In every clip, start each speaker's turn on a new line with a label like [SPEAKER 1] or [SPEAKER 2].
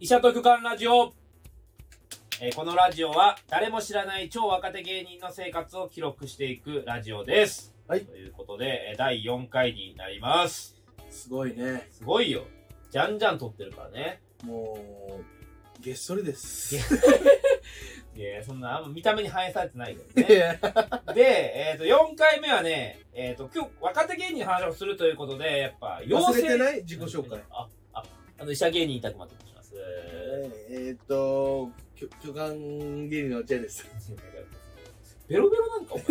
[SPEAKER 1] 医者と区間ラジオ、えーこのラジオは誰も知らない超若手芸人の生活を記録していくラジオです。
[SPEAKER 2] はい
[SPEAKER 1] ということで、えー第4回になります。
[SPEAKER 2] すごいね。
[SPEAKER 1] すごいよ。じゃんじゃん撮ってるからね。
[SPEAKER 2] もう、げっそりです。
[SPEAKER 1] いや、そんな、あんま見た目に反映されてないけど ね。
[SPEAKER 2] は
[SPEAKER 1] で、えっ、と、4回目はね、えっ、と、今日、若手芸人の話をするということで、やっぱ、
[SPEAKER 2] 忘れて
[SPEAKER 1] い
[SPEAKER 2] ない自己紹介。。
[SPEAKER 1] あ、あ、あの、医者芸人いたくまと申します。
[SPEAKER 2] えーっと、巨巨漢芸人のチェです。
[SPEAKER 1] ベロベロなんかお前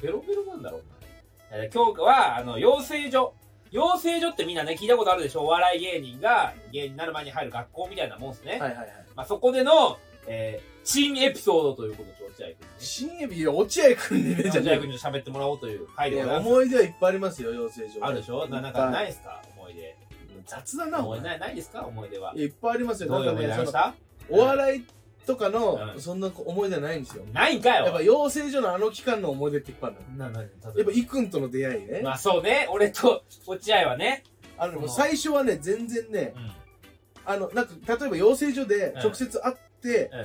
[SPEAKER 1] ベロベロなんだろお前えー今日はあの養成所養成所ってみんなね聞いたことあるでしょお笑い芸人が芸人になる前に入る学校みたいなもんですね、
[SPEAKER 2] はいはいはい。
[SPEAKER 1] まあ、そこでの、えー、珍エピソードということで落合
[SPEAKER 2] 新エビ、落合君
[SPEAKER 1] 君
[SPEAKER 2] にね、
[SPEAKER 1] にね
[SPEAKER 2] じゃ
[SPEAKER 1] 落合
[SPEAKER 2] ね
[SPEAKER 1] 君に喋ってもらおうという回でご
[SPEAKER 2] え
[SPEAKER 1] ざいます
[SPEAKER 2] 思い出はいっぱいありますよ、養成所。
[SPEAKER 1] あるでしょななん
[SPEAKER 2] いっ
[SPEAKER 1] か
[SPEAKER 2] ぱい
[SPEAKER 1] ないですか思い出
[SPEAKER 2] 雑だな、
[SPEAKER 1] 思
[SPEAKER 2] お
[SPEAKER 1] い出
[SPEAKER 2] 前。
[SPEAKER 1] ないないですか思い出はい
[SPEAKER 2] っぱいありますよ。
[SPEAKER 1] どういう
[SPEAKER 2] な
[SPEAKER 1] 思
[SPEAKER 2] んか
[SPEAKER 1] い出
[SPEAKER 2] ね、
[SPEAKER 1] ありまし
[SPEAKER 2] その
[SPEAKER 1] た
[SPEAKER 2] お笑いとか
[SPEAKER 1] う
[SPEAKER 2] の、
[SPEAKER 1] ん
[SPEAKER 2] そんな思い出はないんですよ。
[SPEAKER 1] ないんか
[SPEAKER 2] やっぱ
[SPEAKER 1] よ
[SPEAKER 2] 養成所のあの期間の思い出っていっぱいある
[SPEAKER 1] な
[SPEAKER 2] の。
[SPEAKER 1] な例えば
[SPEAKER 2] やっぱ、いくんとの出会いね。
[SPEAKER 1] まあそうね俺と落合はね、
[SPEAKER 2] あの、最初はね、全然ね、
[SPEAKER 1] うん
[SPEAKER 2] あの、なんか、例えば養成所で直接会って、
[SPEAKER 1] う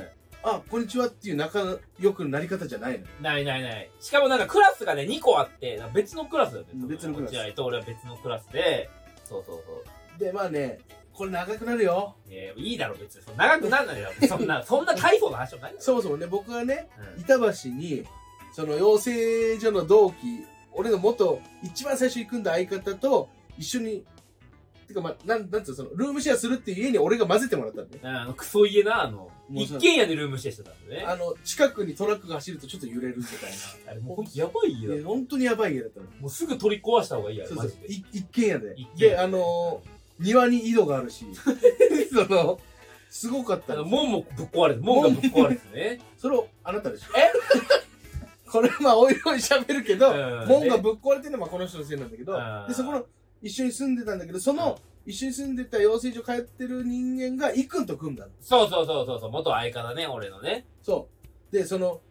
[SPEAKER 1] ん、
[SPEAKER 2] あ、こんにちはっていう仲良くなり方じゃないの。
[SPEAKER 1] ないないない。しかもなんかクラスがね、2個あって、なんか別のクラスだよね。
[SPEAKER 2] 別のクラス
[SPEAKER 1] 落合と俺は別のクラスで、そうそうそう。
[SPEAKER 2] で、まあね、これ長くなるよ。
[SPEAKER 1] えーいいだろ別に。その長くなんないよ。 そんな、そんな大層の話はないんだよ。
[SPEAKER 2] そもそもね、僕はね、
[SPEAKER 1] うん
[SPEAKER 2] 板橋に、その養成所の同期、俺の元、一番最初に組んだ相方と一緒に、てかまあ、なん、なんつうの、その、ルームシェアするっていう家に俺が混ぜてもらったんで。
[SPEAKER 1] うんあの、クソ家な、あの、
[SPEAKER 2] もう
[SPEAKER 1] 一
[SPEAKER 2] そう
[SPEAKER 1] 軒家でルームシェアしてたんでね。
[SPEAKER 2] あの、近くにトラックが走るとちょっと揺れるみたい
[SPEAKER 1] あれ、もうほんとやばい家
[SPEAKER 2] な。
[SPEAKER 1] だ
[SPEAKER 2] で、
[SPEAKER 1] よ。
[SPEAKER 2] 本当にやばい家だったの。
[SPEAKER 1] もうすぐ取り壊した方がいいや
[SPEAKER 2] そうそ
[SPEAKER 1] マ
[SPEAKER 2] う
[SPEAKER 1] ジ、で。
[SPEAKER 2] い一軒家で
[SPEAKER 1] 一。軒家
[SPEAKER 2] で、あのー庭に井戸がある し、その、すごかっ
[SPEAKER 1] あ
[SPEAKER 2] た
[SPEAKER 1] の、
[SPEAKER 2] の。
[SPEAKER 1] 門もぶっ壊れて、門がぶっ壊れてね。
[SPEAKER 2] それをあなたでしょ これまあおいおい喋るけど、
[SPEAKER 1] うん
[SPEAKER 2] 門がぶっ壊れてるのはまあこの人のせいなんだけど
[SPEAKER 1] うん
[SPEAKER 2] でそこの一緒に住んでたんだけどその一緒に住んでた養成所通ってる人間がいくんと組んだの
[SPEAKER 1] そうそうそうそうそう、元相方ね、俺のね。
[SPEAKER 2] そうでその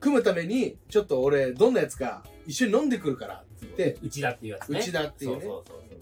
[SPEAKER 2] 組むためにちょっと俺どんなやつか一緒に飲んでくるからって言って
[SPEAKER 1] うちだっていうやつ
[SPEAKER 2] う
[SPEAKER 1] ね。
[SPEAKER 2] ちだっていうね
[SPEAKER 1] そうそうそう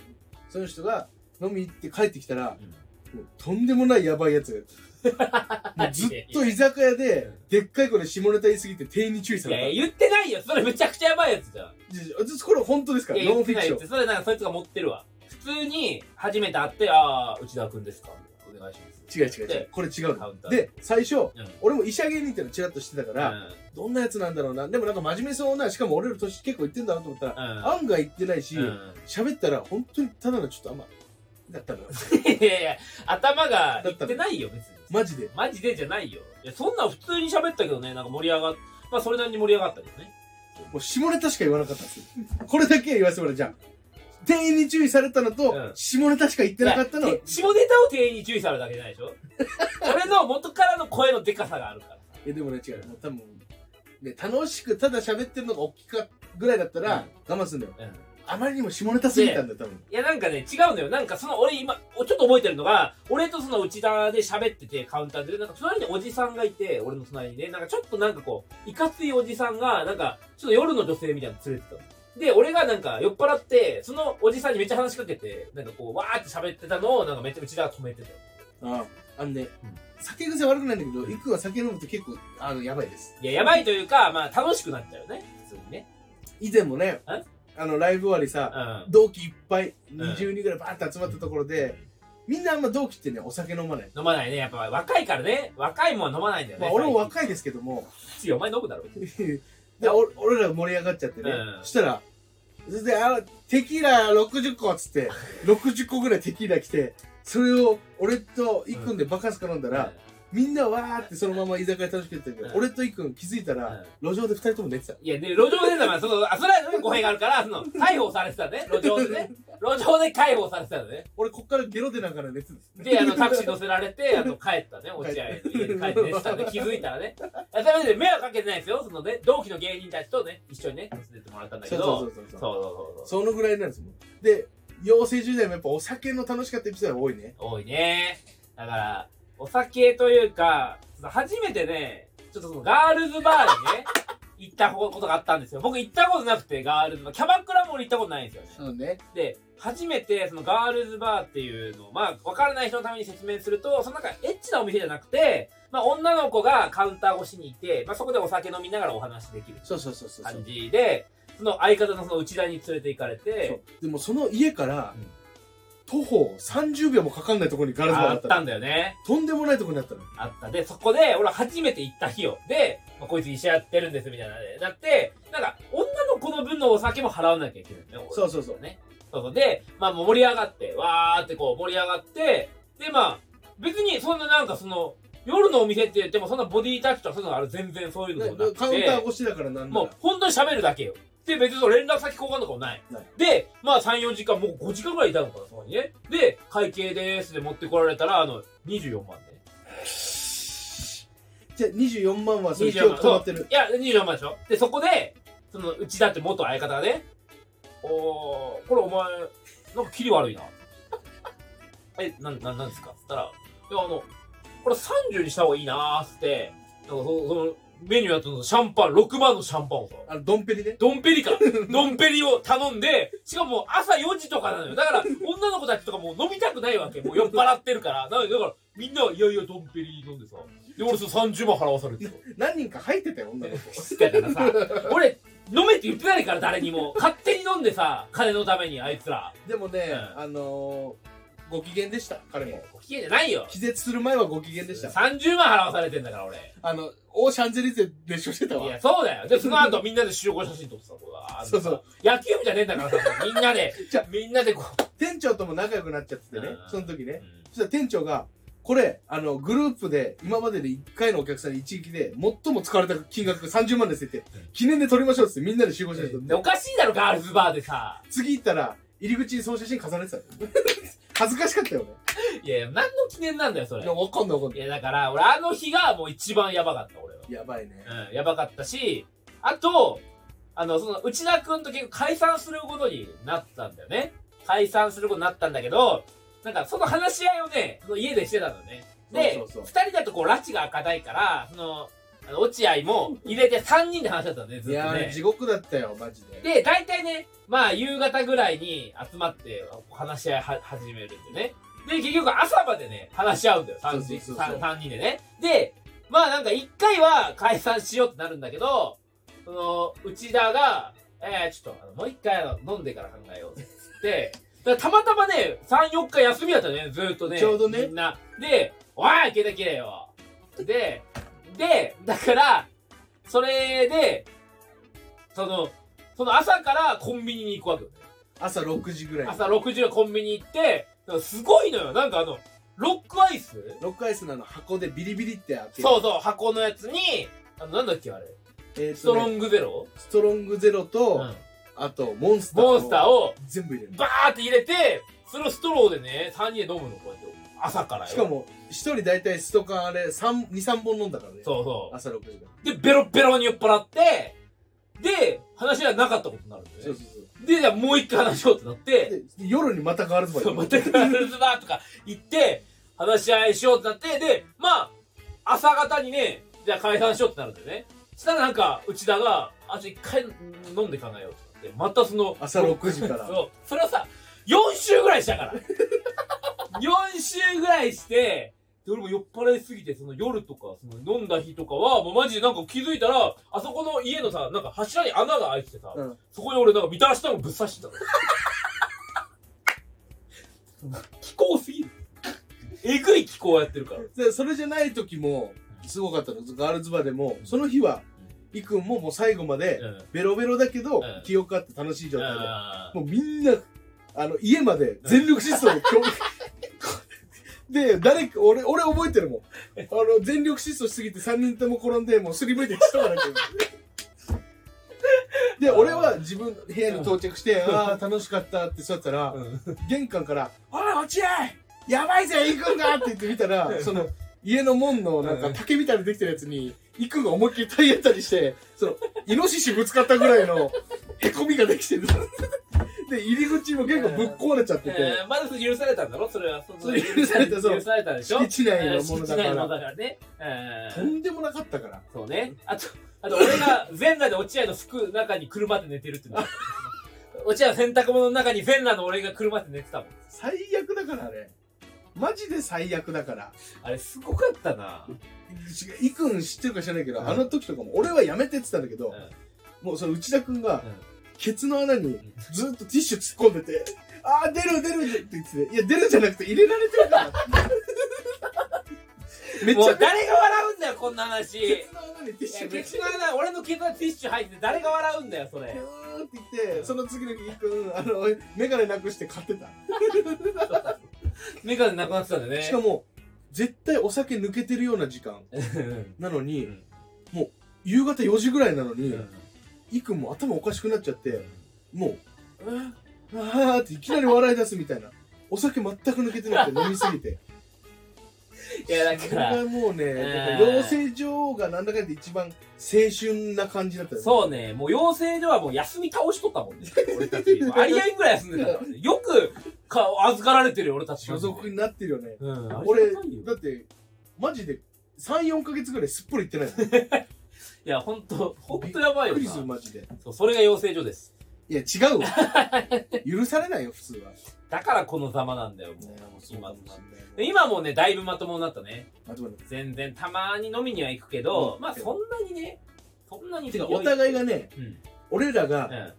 [SPEAKER 2] その人が飲み行って帰ってきたら
[SPEAKER 1] そう。うん
[SPEAKER 2] もうとんでもないやばいやつがもうずっと居酒屋ででっかい声で下ネタ言いすぎて店員に注意さ
[SPEAKER 1] いや
[SPEAKER 2] れ
[SPEAKER 1] 言ってないよそれめちゃくちゃやばいやつじゃん
[SPEAKER 2] たで私これ本当ですから
[SPEAKER 1] いや言
[SPEAKER 2] ノン
[SPEAKER 1] っ
[SPEAKER 2] フ
[SPEAKER 1] てな
[SPEAKER 2] ィク
[SPEAKER 1] い
[SPEAKER 2] シ
[SPEAKER 1] や
[SPEAKER 2] ョン
[SPEAKER 1] つそれなんかそいつが持ってるわ普通に初めて会ってああ内田君ですかお願いします
[SPEAKER 2] 違う違う違う
[SPEAKER 1] で
[SPEAKER 2] これ違う
[SPEAKER 1] カウ
[SPEAKER 2] の
[SPEAKER 1] ンター
[SPEAKER 2] で最初、
[SPEAKER 1] うん
[SPEAKER 2] 俺も医者芸人っていうのチラッとしてたか
[SPEAKER 1] うんう
[SPEAKER 2] ら、どんなやつなんだろうなでもなんか真面目そうなしかも俺ら年結構いってんだなと思ったら、
[SPEAKER 1] ん
[SPEAKER 2] 案外いってないし
[SPEAKER 1] うん
[SPEAKER 2] 喋、ったら本当にただのちょっとあんまだったのよ
[SPEAKER 1] いやいや頭が言ってないよ別に
[SPEAKER 2] マジで
[SPEAKER 1] マジでじゃないよいやそんなん普通に喋ったけどねなんか盛り上がっまあそれなりに盛り上がったけどね
[SPEAKER 2] もう下ネタしか言わなかったんですよこれだけは言わせてもらうじゃん店員に注意されたのと、
[SPEAKER 1] うん
[SPEAKER 2] 下ネタしか言ってなかったの
[SPEAKER 1] いやて下ネタを店員に注意されるだけじゃない でしょ俺の元からの声のでかさがあるから
[SPEAKER 2] えでもね違うもう多分ね楽しくただ喋ってるのが大きかぐらいだったら、我慢すんだよ
[SPEAKER 1] うん
[SPEAKER 2] あまりにも下ネタすぎたんだよ多分
[SPEAKER 1] いやなんかね違うのよなんかその俺今ちょっと覚えてるのが俺とその内田で喋っててカウンターでなんか隣におじさんがいて俺の隣にねなんかちょっとなんかこういかついおじさんがなんかちょっと夜の女性みたいなの連れてたので俺がなんか酔っ払ってそのおじさんにめっちゃ話しかけてなんかこうわーって喋ってたのをなんかめっちゃ内田が止めてたよ
[SPEAKER 2] ああのね、
[SPEAKER 1] うん
[SPEAKER 2] 酒癖悪くないんだけど、
[SPEAKER 1] うん
[SPEAKER 2] いくは酒飲むと結構、あの、やばいです。
[SPEAKER 1] いややばいというかまあ楽しくなっちゃうよね普通にね
[SPEAKER 2] 以前もね
[SPEAKER 1] え、
[SPEAKER 2] あの、ライブ終わりさ、
[SPEAKER 1] う
[SPEAKER 2] 同期いっぱい、
[SPEAKER 1] ん
[SPEAKER 2] 20人ぐらいバーって集ま
[SPEAKER 1] ん
[SPEAKER 2] ったところで、みんなあんま同期ってね、お酒飲まない。
[SPEAKER 1] 飲まないねやっぱ若いからね若いもんは飲まないんだよね、
[SPEAKER 2] まあ、俺も若いですすけども、
[SPEAKER 1] 次お前飲むだろ
[SPEAKER 2] で俺俺ら盛り上がっちゃってね、
[SPEAKER 1] うん
[SPEAKER 2] そしたら、それで、あテキーラ60個っ つって、60個ぐらいテキーラ来て、それを俺といくんでバカスカ飲んだら、みんなわーってそのまま居酒屋楽しくやってたけど、
[SPEAKER 1] うん
[SPEAKER 2] 俺といくん気づいたら、路上で二人とも寝てた。
[SPEAKER 1] いや、で、路上でね、まあ、その、あ、それは語弊があるから、その、逮捕されてたね、路上でね。路上で逮捕されてたのね。
[SPEAKER 2] 俺こっからゲロ出ながら寝てた
[SPEAKER 1] で、あの、タクシー乗せられて、あの、帰ったね、落合の家に帰って寝てたんで、気づいたらね。あそれで、迷惑かけてないですよ、そのね、同期の芸人たちとね、一緒にね、連れてもらったんだけ
[SPEAKER 2] そう
[SPEAKER 1] ど、そ
[SPEAKER 2] そ
[SPEAKER 1] う
[SPEAKER 2] うそうそ
[SPEAKER 1] そう
[SPEAKER 2] うそう
[SPEAKER 1] そうそう。
[SPEAKER 2] そのぐらいなんですもんで養成時代もやっぱお酒の楽しかったエピソードが多いね
[SPEAKER 1] 多いね。だから、お酒というか、その初めてね、ちょっとその、ガールズバーにね、行ったことがあったんですよ。僕行ったことなくて、ガールズバー。キャバクラも俺行ったことないんですよね。
[SPEAKER 2] そうね。
[SPEAKER 1] で、初めてそのガールズバーっていうのを、まあ、わからない人のために説明すると、そのなんかエッチなお店じゃなくて、まあ、女の子がカウンター越しにいて、まあ、そこでお酒飲みながらお話できる
[SPEAKER 2] そうそうそうそう。
[SPEAKER 1] 感じで、その相方のその内田に連れて行かれ
[SPEAKER 2] そう
[SPEAKER 1] て、
[SPEAKER 2] でもその家から
[SPEAKER 1] うん、
[SPEAKER 2] 徒歩30秒もかかんないところにガラスが
[SPEAKER 1] あ
[SPEAKER 2] あ
[SPEAKER 1] っ
[SPEAKER 2] った
[SPEAKER 1] た
[SPEAKER 2] の。
[SPEAKER 1] んだよね。
[SPEAKER 2] とんでもないところにあったの。
[SPEAKER 1] あった。で、そこで、俺初めて行った日を。で、まあこいつ医者やってるんです、みたいなので。だって、なんか、女の子の分のお酒も払わなきゃいけないのね。俺
[SPEAKER 2] そうそうそう。
[SPEAKER 1] ね。そうそう。で、まあもう盛り上がって、わーってこう盛り上がって、でまあ、別にそんななんかその、夜のお店って言ってもそんなボディタッチとかそういうのがある全然そういうの
[SPEAKER 2] ね
[SPEAKER 1] もなくて。
[SPEAKER 2] カウンター越しだからなんだ
[SPEAKER 1] もう本当に喋るだけよ。で、別にその連絡先交換とかもない
[SPEAKER 2] ない。
[SPEAKER 1] で、まあ3、4時間、もう5時間ぐらいいたのかな、そこにね。で、会計でーすで持ってこられたら、あの、24万ね。
[SPEAKER 2] じゃあ24万はそれ記
[SPEAKER 1] 24
[SPEAKER 2] 憶
[SPEAKER 1] 万。
[SPEAKER 2] 止まってる。
[SPEAKER 1] いや、24万でしょ。で、そこで、その、うちだって元相方がね、おー、これお前、なんかキリ悪いな。 え、なん、なん、なんですかっつったら、いや、あの、これ30にした方がいいなーっつって、なんかそその、メニューやったの、シャンパン、6万のシャンパンをさ、
[SPEAKER 2] あの、ドンペリね。
[SPEAKER 1] ドンペリ か。ドンペリを頼んで、しかも朝4時とかなのよ。だから、女の子たちとかもう飲みたくないわけ。もう酔っ払ってるから。なので、だから、みんな、いやいや、ドンペリ飲んでさ。で、俺、その30万払わされてさ。
[SPEAKER 2] 何人か入ってたよ、女の子。
[SPEAKER 1] だからさ、俺、飲めって言ってないから、誰にも。勝手に飲んでさ、金のために、あいつら。
[SPEAKER 2] でもね、
[SPEAKER 1] うん
[SPEAKER 2] あのー、ご機嫌でした、彼も。
[SPEAKER 1] ご機嫌じゃないよ。
[SPEAKER 2] 気絶する前はご機嫌でした。
[SPEAKER 1] 30万払わされてんだから、俺。
[SPEAKER 2] あの、オーシャンゼリゼ熱唱してた
[SPEAKER 1] い
[SPEAKER 2] わ。
[SPEAKER 1] や、そうだよ。で、その後、みんなで集合写真撮ってさ、こうわー
[SPEAKER 2] そうそう。
[SPEAKER 1] 野球部じゃねえんだからさ、みんなで
[SPEAKER 2] じゃ、
[SPEAKER 1] みんなでこ
[SPEAKER 2] 店長とも仲良くなっちゃっててね
[SPEAKER 1] う、ん
[SPEAKER 2] その時
[SPEAKER 1] う。う
[SPEAKER 2] ね。
[SPEAKER 1] ん
[SPEAKER 2] そしたら店長が、これ、あの、グループで、今までで1回のお客さんに一撃で、最も使われた金額が30万ですって言って、記念で撮りましょうっつってみんなで集合写真撮っ
[SPEAKER 1] で
[SPEAKER 2] て、
[SPEAKER 1] おかしいだろ、ガールズバーでさ。
[SPEAKER 2] 次行ったら、入り口にその写真重ねてたの 恥ずかしかったよね。
[SPEAKER 1] いや、何の記念なんだよ、それ
[SPEAKER 2] いや。わかんないわかんない
[SPEAKER 1] や、だから、俺、あの日がもう一番やばかった、俺は。
[SPEAKER 2] い。やばいね。
[SPEAKER 1] うん、やばかったし、あと、あの、その、内田くんと結構解散することになったんだよね。解散することになったんだけど、なんかその話し合いをね、その家でしてたのね。で
[SPEAKER 2] そう、そうそう
[SPEAKER 1] 二人だとこう、拉致が開かないから、その、あの落合も入れて三人で話し合ったのね、ず
[SPEAKER 2] い
[SPEAKER 1] っと
[SPEAKER 2] やー、
[SPEAKER 1] ね
[SPEAKER 2] 地。獄だったよ、マジで。
[SPEAKER 1] で、大体ね、まあ、夕方ぐらいに集まって、話し合いは始めるんでね。で、結局朝までね、話し合うんだよ、3人。
[SPEAKER 2] そうそうそうそ
[SPEAKER 1] 三
[SPEAKER 2] う
[SPEAKER 1] 三人でね。で、まあなんか一回は解散しようってなるんだけど、その、内田が、えー、ちょっと、あのもう一回あの飲んでから考えようぜっつって、だからたまたまね、3、4日休みだったね、ずーっとね。
[SPEAKER 2] ちょうどね
[SPEAKER 1] みんな。で、おい、けだけだよ。で、で、だから、それで、その、その朝からコンビニに行くわけよね。
[SPEAKER 2] 朝6時ぐらいに。
[SPEAKER 1] 朝6時のコンビニ行って、だからすごいのよ。なんかあの、ロックアイス
[SPEAKER 2] ロックアイスのあの箱でビリビリって開ける。
[SPEAKER 1] そうそう、箱のやつに、あの、なんだっけあれ、
[SPEAKER 2] えーとね
[SPEAKER 1] ストロングゼロ、
[SPEAKER 2] ストロングゼロと、
[SPEAKER 1] うん
[SPEAKER 2] あと、モンスター。
[SPEAKER 1] モンスター
[SPEAKER 2] を
[SPEAKER 1] を
[SPEAKER 2] 全部入れる。
[SPEAKER 1] バーって入れて、それをストローでね、3人で飲むの、こうやって。朝からよ。
[SPEAKER 2] しか。も、一人大体ストカンあれ、3、2、3本飲んだからね。
[SPEAKER 1] そうそ
[SPEAKER 2] 朝6時から。
[SPEAKER 1] う。で、ベロッベロに酔っ払って、で、話はなかったことになるんだよね。
[SPEAKER 2] そうそうそう。
[SPEAKER 1] で、じゃあもう一回話しようってなって、
[SPEAKER 2] で、夜にまた変わるぞ、
[SPEAKER 1] そう、またガールズバーとか行って、話し合いしようってなって、で、まあ、朝方にね、じゃあ解散しようってなるんだよね。したらなんか、内田が、あと一回飲んで考えようってなって、またその、
[SPEAKER 2] 朝6時から。
[SPEAKER 1] そう、それをさ、4週ぐらいしたから。4週ぐらいして、で俺も酔っ払いすぎて、その夜とか、その飲んだ日とかは、もうマジでなんか気づいたら、あそこの家のさ、なんか柱に穴が開いててさ、
[SPEAKER 2] うん
[SPEAKER 1] そこに俺なんかみたらし団子ぶっ刺してたの。気候すぎる。えぐい気候やってるから。
[SPEAKER 2] で、それじゃない時も、すごかったの。ガールズバーでも、その日は、いくんももう最後まで、
[SPEAKER 1] うん
[SPEAKER 2] ベロベロだけど
[SPEAKER 1] うん、
[SPEAKER 2] 記憶あって楽しい状態で。
[SPEAKER 1] あー
[SPEAKER 2] もうみんな、あの、家まで全力疾走の協力。で、誰か、俺、俺覚えてるもん。あの、全力疾走しすぎて3人とも転んで、もうすりむいてきたからけど。で、俺は自分、部屋に到着して、ああ、楽しかったって座ってたら、
[SPEAKER 1] うん
[SPEAKER 2] 玄関から、おい、落合やばいぜ、行くんだって言ってみ たら、その、家の門のなん
[SPEAKER 1] う
[SPEAKER 2] か
[SPEAKER 1] ん
[SPEAKER 2] 竹みたいにできてるやつに、行くんが思いっきり体当たりして、その、イノシシぶつかったぐら いの、へこみができてる。 で、入り口も結構ぶっ壊れちゃってて、
[SPEAKER 1] えーまだ許されたんだろそれは。
[SPEAKER 2] それ許されたそう
[SPEAKER 1] 許されたでしょ
[SPEAKER 2] 敷地内のもの
[SPEAKER 1] 敷
[SPEAKER 2] だ
[SPEAKER 1] 地内の
[SPEAKER 2] か
[SPEAKER 1] もの
[SPEAKER 2] ら、
[SPEAKER 1] だからね。うん
[SPEAKER 2] とんでもなかったから。
[SPEAKER 1] そうね。あと、あと俺が全裸で落合の服の中に車で寝てるっていうの落合の洗濯物の中に全裸の俺が車で寝てたもん
[SPEAKER 2] 最悪だからあれマジで最悪だから
[SPEAKER 1] あれすごかったな、
[SPEAKER 2] しいくん知ってるか知らないけど、
[SPEAKER 1] うん
[SPEAKER 2] あの時とかも俺はやめてって言ってたんだけど、
[SPEAKER 1] う
[SPEAKER 2] もうその内田君が、
[SPEAKER 1] ん
[SPEAKER 2] ケツの穴にずっとティッシュ突っ込んでて、あー出る出るって言ってて、いや出るじゃなくて入れられてるから。めっ
[SPEAKER 1] も
[SPEAKER 2] ちゃ
[SPEAKER 1] う誰が笑うんだよこんな話
[SPEAKER 2] ケツの穴にティッ
[SPEAKER 1] いや
[SPEAKER 2] シュめ
[SPEAKER 1] ケ
[SPEAKER 2] っ
[SPEAKER 1] ツ
[SPEAKER 2] ちゃ
[SPEAKER 1] の穴俺のケツのティッシュ入ってて誰が笑うんだよそ
[SPEAKER 2] ピ
[SPEAKER 1] れ
[SPEAKER 2] ューって言って、その次の日、いくん、あの、メガネなくして買ってた。
[SPEAKER 1] 目がなくなってたんだよね
[SPEAKER 2] しかも、絶対お酒抜けてるような時間なのに、
[SPEAKER 1] うん
[SPEAKER 2] 夕方4時ぐらいなの
[SPEAKER 1] うん
[SPEAKER 2] に、いくんも頭おかしくなっちゃって、もう、
[SPEAKER 1] うん
[SPEAKER 2] あーっていきなり笑い出すみたいな。お酒全く抜けてなくて飲みすぎて。
[SPEAKER 1] いや だ
[SPEAKER 2] こ
[SPEAKER 1] か
[SPEAKER 2] れ
[SPEAKER 1] ら
[SPEAKER 2] がもうね、だから養成所がなんだかんだ一番青春な感じだったよね。
[SPEAKER 1] そうねもう養成所はもう休み倒しとったもんね俺たちありあいぐらい休んでたからねよくか預かられてるよ俺たち
[SPEAKER 2] 所属になってるよね。
[SPEAKER 1] うんあり
[SPEAKER 2] 俺、
[SPEAKER 1] が
[SPEAKER 2] だ
[SPEAKER 1] たいよ
[SPEAKER 2] って、マジで3、4ヶ月ぐらいすっぽり行ってないもん。び
[SPEAKER 1] いや、ほんと、ほんとやばい
[SPEAKER 2] っ
[SPEAKER 1] よ
[SPEAKER 2] くりする、
[SPEAKER 1] な。
[SPEAKER 2] マジで。
[SPEAKER 1] そう、それが養成所です。
[SPEAKER 2] いや、違うわ。許されないよ、普通は。
[SPEAKER 1] だからこのざまなんだよ、もう。
[SPEAKER 2] ま
[SPEAKER 1] 今
[SPEAKER 2] あ
[SPEAKER 1] となってで今もうね、だいぶまともになったね。
[SPEAKER 2] でもね
[SPEAKER 1] 全然、たまに飲みには行くけど、
[SPEAKER 2] うん
[SPEAKER 1] まあそんなにね、そんなに
[SPEAKER 2] てか、お互いがね、
[SPEAKER 1] うん。
[SPEAKER 2] 俺ら
[SPEAKER 1] う
[SPEAKER 2] が
[SPEAKER 1] ん。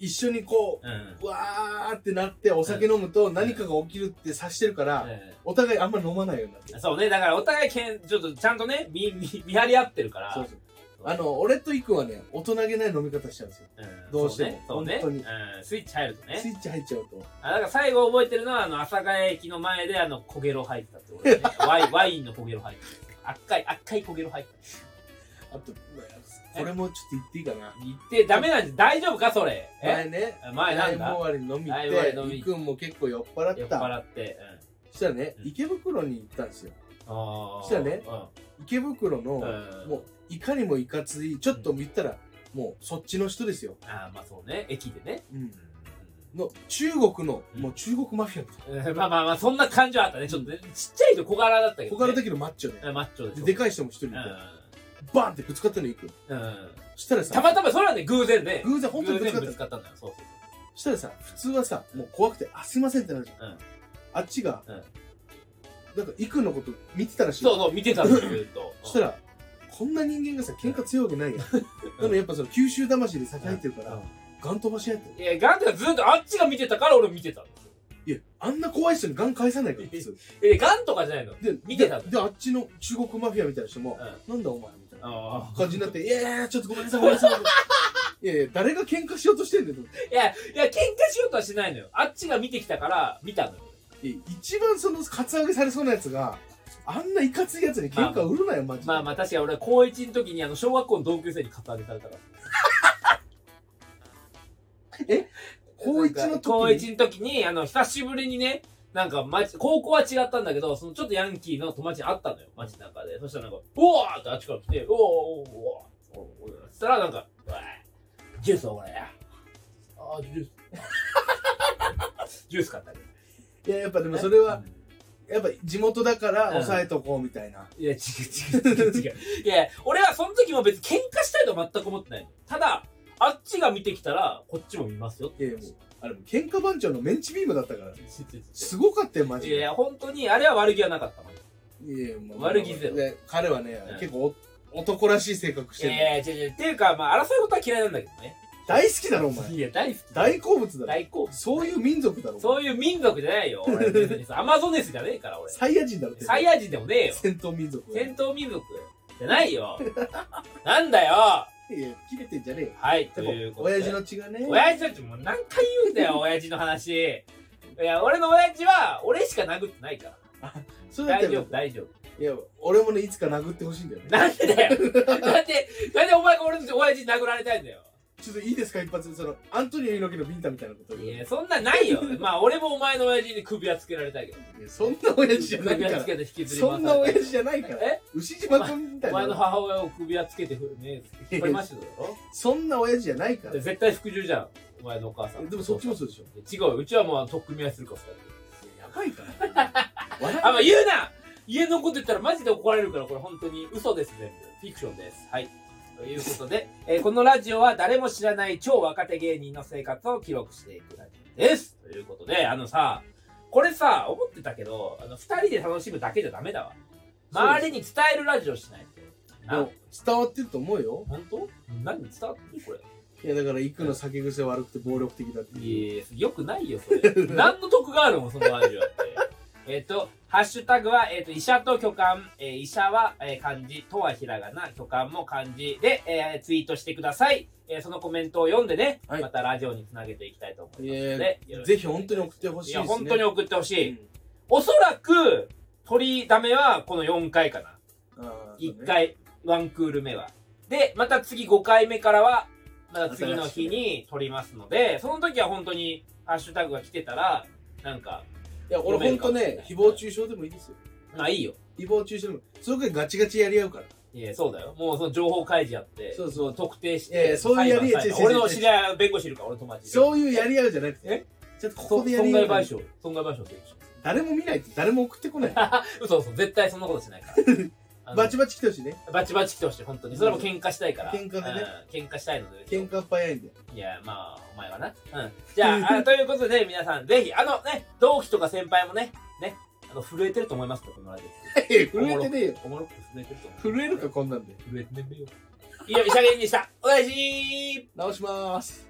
[SPEAKER 2] 一緒にこ
[SPEAKER 1] うん。うん
[SPEAKER 2] う、わーってなってお酒飲むと何かが起きるって察してるから、お互いあんま飲まないようになってる。
[SPEAKER 1] そうね、だからお互いけん、ちょっとちゃんとね、見、見、見張り合ってるから。
[SPEAKER 2] そうそう。あの、俺とイクはね、大人げない飲み方しちゃうんですよ。
[SPEAKER 1] うん
[SPEAKER 2] どうしても
[SPEAKER 1] そうね。そうね
[SPEAKER 2] 本
[SPEAKER 1] うん。スイッチ入るとね
[SPEAKER 2] ス。イッチ入っちゃうと。
[SPEAKER 1] あだから最後覚えてるのは、あの、阿佐ヶ谷駅の前で、あの、焦げろ入ったってこと、 ね、ワイン、ワインの焦げろ入った。赤い、赤い焦げろ入った。
[SPEAKER 2] あと、これもちょっと言っていいかな。
[SPEAKER 1] 言って、ダメなんです。大丈夫か、それ。え
[SPEAKER 2] 前ね、
[SPEAKER 1] 前
[SPEAKER 2] ラ
[SPEAKER 1] な
[SPEAKER 2] イ
[SPEAKER 1] ん
[SPEAKER 2] ブ
[SPEAKER 1] だ
[SPEAKER 2] 終わりに飲み
[SPEAKER 1] ライブ終わりに
[SPEAKER 2] 行
[SPEAKER 1] 飲
[SPEAKER 2] って、
[SPEAKER 1] み
[SPEAKER 2] イクも結構酔っ払
[SPEAKER 1] 酔
[SPEAKER 2] っ。
[SPEAKER 1] った払って。
[SPEAKER 2] そしたらね
[SPEAKER 1] う、ん
[SPEAKER 2] 池袋に行ったんですよ。
[SPEAKER 1] うん。ああ。
[SPEAKER 2] そしたらね
[SPEAKER 1] う
[SPEAKER 2] 池袋の、
[SPEAKER 1] ん。
[SPEAKER 2] も
[SPEAKER 1] も
[SPEAKER 2] う、いかにもいかつい、ちょっと言ったら、もう、そっちの人ですよ。
[SPEAKER 1] ああ、まあそうね。駅でね。
[SPEAKER 2] うん
[SPEAKER 1] うん
[SPEAKER 2] の、中国の、
[SPEAKER 1] うん
[SPEAKER 2] もう中国マフィアみたい
[SPEAKER 1] うんまあまあまあ、そんな感じはあったね。ちょっとね、ちっちゃいと小柄だったけ
[SPEAKER 2] な。
[SPEAKER 1] ど、
[SPEAKER 2] 小
[SPEAKER 1] ね。
[SPEAKER 2] 柄だけどマッチョで。
[SPEAKER 1] うんマッチョでし
[SPEAKER 2] で、
[SPEAKER 1] ょ。
[SPEAKER 2] でかい人も一人いて、バーンってぶつかったのイク。
[SPEAKER 1] うん。うん。
[SPEAKER 2] そしたら
[SPEAKER 1] た
[SPEAKER 2] さ、
[SPEAKER 1] またま、それはね、偶然ね。
[SPEAKER 2] 偶然本当にぶつか
[SPEAKER 1] 偶然
[SPEAKER 2] った
[SPEAKER 1] ぶつかったんだよ。そうそう
[SPEAKER 2] そしたらさ、普通はさ、もう怖くて、あ、すいませんってなるじゃん。
[SPEAKER 1] そう。うん。
[SPEAKER 2] あっちが、
[SPEAKER 1] うん
[SPEAKER 2] なんか、イクのこと見てたらしい。
[SPEAKER 1] そうそう、見てたんですよ、ずっと。
[SPEAKER 2] そしたら、こんな人間がさ、喧嘩強いわけないやん。 でもやっぱその、九州魂で酒入ってるから、ガン飛ばし合ってる。
[SPEAKER 1] いや、ガンってかずっとあっちが見てたから俺見てたんですよ。
[SPEAKER 2] いや、あんな怖い人にガン返さないから、普通。
[SPEAKER 1] え、ガンとかじゃないの
[SPEAKER 2] で、
[SPEAKER 1] 見てたんだ
[SPEAKER 2] で、であっちの中国マフィアみたいな人も、なんだお前みたいな
[SPEAKER 1] あ
[SPEAKER 2] 感じになって、いやいや、ちょっとごめんなさい、ごめんなさい。 いやいや、誰が喧嘩しようとしてんねんと思って。
[SPEAKER 1] いや、いや、喧嘩しようとはしないのよ。あっちが見てきたから、見たのよ。
[SPEAKER 2] いや一番その、カツアゲされそうなやつが、あんないかついやつに喧嘩売るなよ、マジで。
[SPEAKER 1] まあまあ、確かに俺は高1の時に、あの、小学校の同級生にカツアゲされたから。
[SPEAKER 2] 高一の時に
[SPEAKER 1] 高一の時に、あの、久しぶりにね、なんか、ま、高校は違ったんだけど、そのちょっとヤンキーの友達に会ったのよ、街の中で。そしたらなんか、おーってあっちから来て、おーおーおーおーおーそしたらなんか、おいジュースおごれや。あー、ジュース。ジュース買ったけど。
[SPEAKER 2] いや、やっぱでもそれは、
[SPEAKER 1] うん
[SPEAKER 2] やっぱ地元だから抑えとこうみたいな。
[SPEAKER 1] いや、違う違う違う違う。いや、俺はその時も別に喧嘩したいとは全く思ってないの。ただ、あっちが見てきたら、こっちも見ますよって。
[SPEAKER 2] いやいやもう、あれも喧嘩番長のメンチビームだったから。
[SPEAKER 1] い
[SPEAKER 2] すごかったよ、マジ
[SPEAKER 1] や
[SPEAKER 2] で。
[SPEAKER 1] いや、本当に、あれは悪気はなかったもん。
[SPEAKER 2] いやいやもう
[SPEAKER 1] 悪気ゼロ
[SPEAKER 2] で彼はね
[SPEAKER 1] う、ん
[SPEAKER 2] 結構お男らしい性格して
[SPEAKER 1] い
[SPEAKER 2] るの。
[SPEAKER 1] やいや、違う違う。っていうか、まあ、争い事は嫌いなんだけ どね。
[SPEAKER 2] 大好きだろ、お前。
[SPEAKER 1] いや、大好き。
[SPEAKER 2] 大好物だろ。
[SPEAKER 1] 大好物。
[SPEAKER 2] そういう民族だろ。
[SPEAKER 1] そういう民族じゃないよ。俺別に さアマゾネスじゃねえから、俺。
[SPEAKER 2] サイヤ人だろ。
[SPEAKER 1] サイヤ人でもねえよ。
[SPEAKER 2] 戦闘民族。
[SPEAKER 1] 戦闘民族じゃない よ。なんだよ。
[SPEAKER 2] いや、切れてんじゃねえよ。
[SPEAKER 1] はい、と
[SPEAKER 2] で
[SPEAKER 1] いう
[SPEAKER 2] も、
[SPEAKER 1] ことで。
[SPEAKER 2] 親父の血がね。
[SPEAKER 1] 親父たちもう何回言うんだよ、親父の話。いや、俺の親父は、俺しか殴ってないから。
[SPEAKER 2] そうだっ
[SPEAKER 1] 大
[SPEAKER 2] て
[SPEAKER 1] 丈夫、大丈夫。
[SPEAKER 2] いや、俺もね、いつか殴ってほしいんだよね。
[SPEAKER 1] なんで だよ。なんで、なんでお前が俺の親父に殴られたいんだよ。
[SPEAKER 2] ちょっといいですか、一発。その、アントニオ猪木のビンタみたいなこと。
[SPEAKER 1] い
[SPEAKER 2] いや、
[SPEAKER 1] や、そんなんないよ。まあ、俺もお前の親父に首輪つけられたいけど。
[SPEAKER 2] そんな親父じゃな
[SPEAKER 1] 首
[SPEAKER 2] いか
[SPEAKER 1] 輪つ
[SPEAKER 2] ら。
[SPEAKER 1] けて引きずり回さ
[SPEAKER 2] そ
[SPEAKER 1] れ
[SPEAKER 2] ん
[SPEAKER 1] た
[SPEAKER 2] ない親父じゃないから。
[SPEAKER 1] え
[SPEAKER 2] 牛島君みたい
[SPEAKER 1] お前の
[SPEAKER 2] な。
[SPEAKER 1] 母親を首輪つけてふ、ね、引っ張りましただろ
[SPEAKER 2] そんな親父じゃないから。
[SPEAKER 1] 絶対服従じゃん、お前のお母さん。
[SPEAKER 2] でもそっちもそうでしょ。
[SPEAKER 1] 違うよ、うちはもう取っ組み合いするから
[SPEAKER 2] やばいから。笑
[SPEAKER 1] あ、まあ、言うな家のこと言ったらマジで怒られるから、これ本当に嘘です、全部。フィクションです。はい。ということで、えーこのラジオは誰も知らない超若手芸人の生活を記録していくラジオです。ということで、あのさ、これさ、思ってたけど、あの、二人で楽しむだけじゃダメだわ。周りに伝えるラジオしないと。な
[SPEAKER 2] もう、伝わってると思うよ
[SPEAKER 1] 本当何伝わってるこれ。
[SPEAKER 2] いやだから行くの酒癖悪くて暴力的だって
[SPEAKER 1] いやよくないよ、それ。 何の得があるもん、そのラジオって。えっと、ハッシュタグは、えっと、医者と巨漢、えー医者は、えー漢字、とはひらがな、巨漢も漢字で、えーツイートしてください。えーそのコメントを読んでね、
[SPEAKER 2] はい
[SPEAKER 1] またラジオにつなげていきたいと思います
[SPEAKER 2] い
[SPEAKER 1] の
[SPEAKER 2] や
[SPEAKER 1] で、よろし
[SPEAKER 2] ぜ
[SPEAKER 1] く
[SPEAKER 2] ひ本当に送ってほし
[SPEAKER 1] い
[SPEAKER 2] いです
[SPEAKER 1] や、
[SPEAKER 2] ね
[SPEAKER 1] 本当に送ってほしい。
[SPEAKER 2] うん
[SPEAKER 1] おそらく、取りだめはこの4回かな。
[SPEAKER 2] あー
[SPEAKER 1] 1回、ワンクール目は。で、また次5回目からは、また次の日に撮りますので、その時は本当にハッシュタグが来てたら、なんか、
[SPEAKER 2] いや俺本当ね誹謗中傷でもいいですよ
[SPEAKER 1] まあいいよ。
[SPEAKER 2] 誹謗中傷でもそれくらいガチガチやり合うから
[SPEAKER 1] いや、そうだよ。もうその情報開示やって、
[SPEAKER 2] そうそう
[SPEAKER 1] 特定し
[SPEAKER 2] いやい
[SPEAKER 1] て、
[SPEAKER 2] やそういうやり
[SPEAKER 1] 裁判裁判
[SPEAKER 2] 違う違う違
[SPEAKER 1] 俺
[SPEAKER 2] う
[SPEAKER 1] の知り合い、弁護士いるから、俺の友達。う、
[SPEAKER 2] そういうやり合うじゃなくて
[SPEAKER 1] え
[SPEAKER 2] ちょっとこ
[SPEAKER 1] 損
[SPEAKER 2] こでやり合
[SPEAKER 1] 害
[SPEAKER 2] う
[SPEAKER 1] 賠償、損害賠償請求します。
[SPEAKER 2] 誰も見ないって誰も送って こない
[SPEAKER 1] 嘘嘘、絶対そんなことしないから。あの
[SPEAKER 2] バチバチ来てほしいね
[SPEAKER 1] バチバチ来てほしい、本当に。それはもう喧嘩したいから。
[SPEAKER 2] 喧嘩でね
[SPEAKER 1] うん。喧嘩したいので。
[SPEAKER 2] 喧嘩っ早いんで
[SPEAKER 1] いや、まあ、お前はな。うん。じゃ あ、あということで、皆さん、ぜひ、あのね、同期とか先輩もね、ね、あの、震えてると思いますと、このラジ
[SPEAKER 2] え震えてねえよ
[SPEAKER 1] オ。おもろくて震えてると思う。
[SPEAKER 2] 震えるかこんなんで
[SPEAKER 1] 震えてねえよ。いいよ、医者芸人でした。おやじー
[SPEAKER 2] 直しまーす